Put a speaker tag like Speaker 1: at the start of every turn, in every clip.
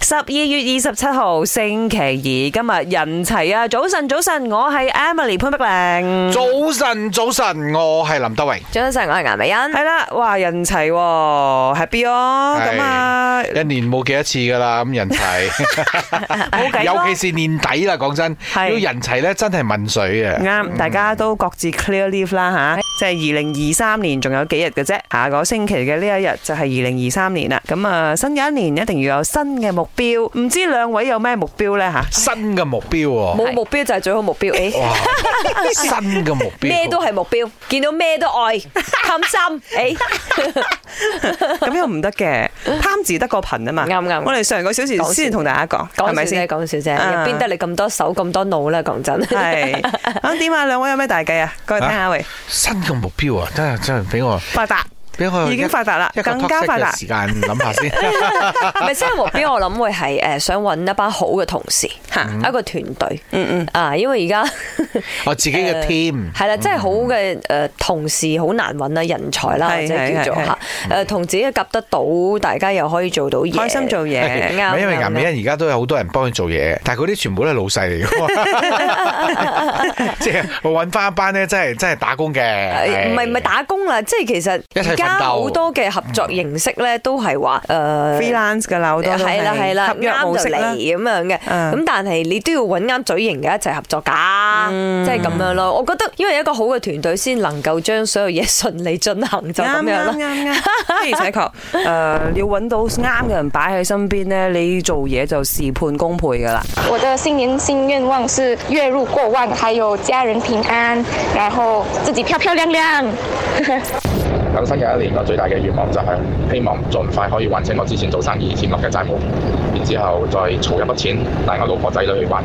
Speaker 1: 十二月二十七號星期二，今日人齊啊！早晨，早晨，我係 Emily 潘碧玲。
Speaker 2: 早晨，早晨，我係林德榮。
Speaker 3: 早晨，我係顏美欣。
Speaker 1: 係啦，哇，人齊喎，happy 哦，
Speaker 2: 係
Speaker 1: 咁啊，
Speaker 2: 一年冇幾多次噶啦，咁人齊，
Speaker 1: 冇計咯
Speaker 2: 尤其是年底啦，講真，
Speaker 1: 係嗯
Speaker 2: 要人齊咧真係問水啊。
Speaker 3: 嗯
Speaker 1: 啱，大家都各自 clear leave 啦吓，即係二零二三年仲有幾日嘅啫，下個星期嘅呢一日就係二零二三年啦。咁啊，新嘅一年一定要有新嘅目標，唔知兩位有咩目標 呢？吓？
Speaker 2: 新嘅目標喎，
Speaker 3: 冇目標就係最好目標，誒，
Speaker 2: 哇，新嘅目標，
Speaker 3: 咩都係目標，見到咩都愛，貪心，欸誒，
Speaker 1: 咁又唔得 嘅，貪字得個貧啊嘛。
Speaker 3: 啱啱
Speaker 1: 我哋上個小時
Speaker 3: 講笑
Speaker 1: 先同大家講，係
Speaker 3: 講
Speaker 1: 咪
Speaker 3: 笑啫，
Speaker 1: 先？
Speaker 3: 講笑啫，
Speaker 1: 啊
Speaker 3: 邊得你咁多手咁多腦啦？講真，
Speaker 1: 係咁點啊？兩位有咩大計啊？過去聽下喂，
Speaker 2: 新嘅目標啊，真係真係俾我
Speaker 1: 發達
Speaker 2: 俾我
Speaker 1: 已經
Speaker 2: 一
Speaker 1: 發達啦，
Speaker 2: 一個
Speaker 1: 更加
Speaker 2: toxic
Speaker 1: 發達
Speaker 2: 嘅時間諗下先。
Speaker 3: 咪新嘅目標，我諗會係誒想揾一班好嘅同事，
Speaker 1: 嚇
Speaker 3: 一個團隊，嗯嗯，啊，因為而家
Speaker 2: 我自己嘅 team
Speaker 3: 係啦，真係好嘅誒同事好難揾啊，人才啦，
Speaker 1: 係
Speaker 3: 或者叫做
Speaker 1: 係係
Speaker 3: 嚇誒同自己夾得到，大家又可以做到嘢，
Speaker 1: 開心做嘢。
Speaker 3: 啱
Speaker 2: 唔係 因為
Speaker 3: 啱
Speaker 2: 顏美欣而家都有好多人幫佢做嘢，但係嗰啲全部都係老細嚟嘅， 即係我揾翻一班咧，真係真係打工嘅，
Speaker 3: 誒唔係唔係
Speaker 2: 係
Speaker 3: 打工啦，即係其實
Speaker 2: 一齊奮鬥嗯
Speaker 3: 而家好多嘅合作形式咧，都係話誒
Speaker 1: freelance 嘅啦，好多都
Speaker 3: 係啦係啦，
Speaker 1: 合約模式
Speaker 3: 啱就
Speaker 1: 啦
Speaker 3: 嚟。咁樣嘅。
Speaker 1: 嗯
Speaker 3: 咁但係你都要揾啱嘴型嘅一齊合作㗎，
Speaker 1: 嗯
Speaker 3: 即係咁樣咯。我覺得因為一個好嘅團隊先能夠將所有嘢 順利進行，就咁
Speaker 1: 啱
Speaker 3: 樣啦
Speaker 1: 啱。啱啱，的而且確，誒、要揾到啱嘅人擺喺身邊咧，你做嘢就事半功倍噶啦。
Speaker 4: 我的新年新愿望是月入过万，还有家人平安，然后自己漂漂亮亮。
Speaker 5: 更新嘅一年，我最大嘅願望就係希望盡快可以還清我之前做生意欠落嘅債務，然之後再儲一筆錢帶我老婆仔女去玩。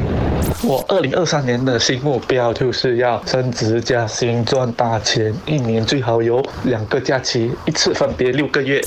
Speaker 6: 我二零二三年的新目标就是要升职加薪赚大钱，一年最好有两个假期，一次分别六个月。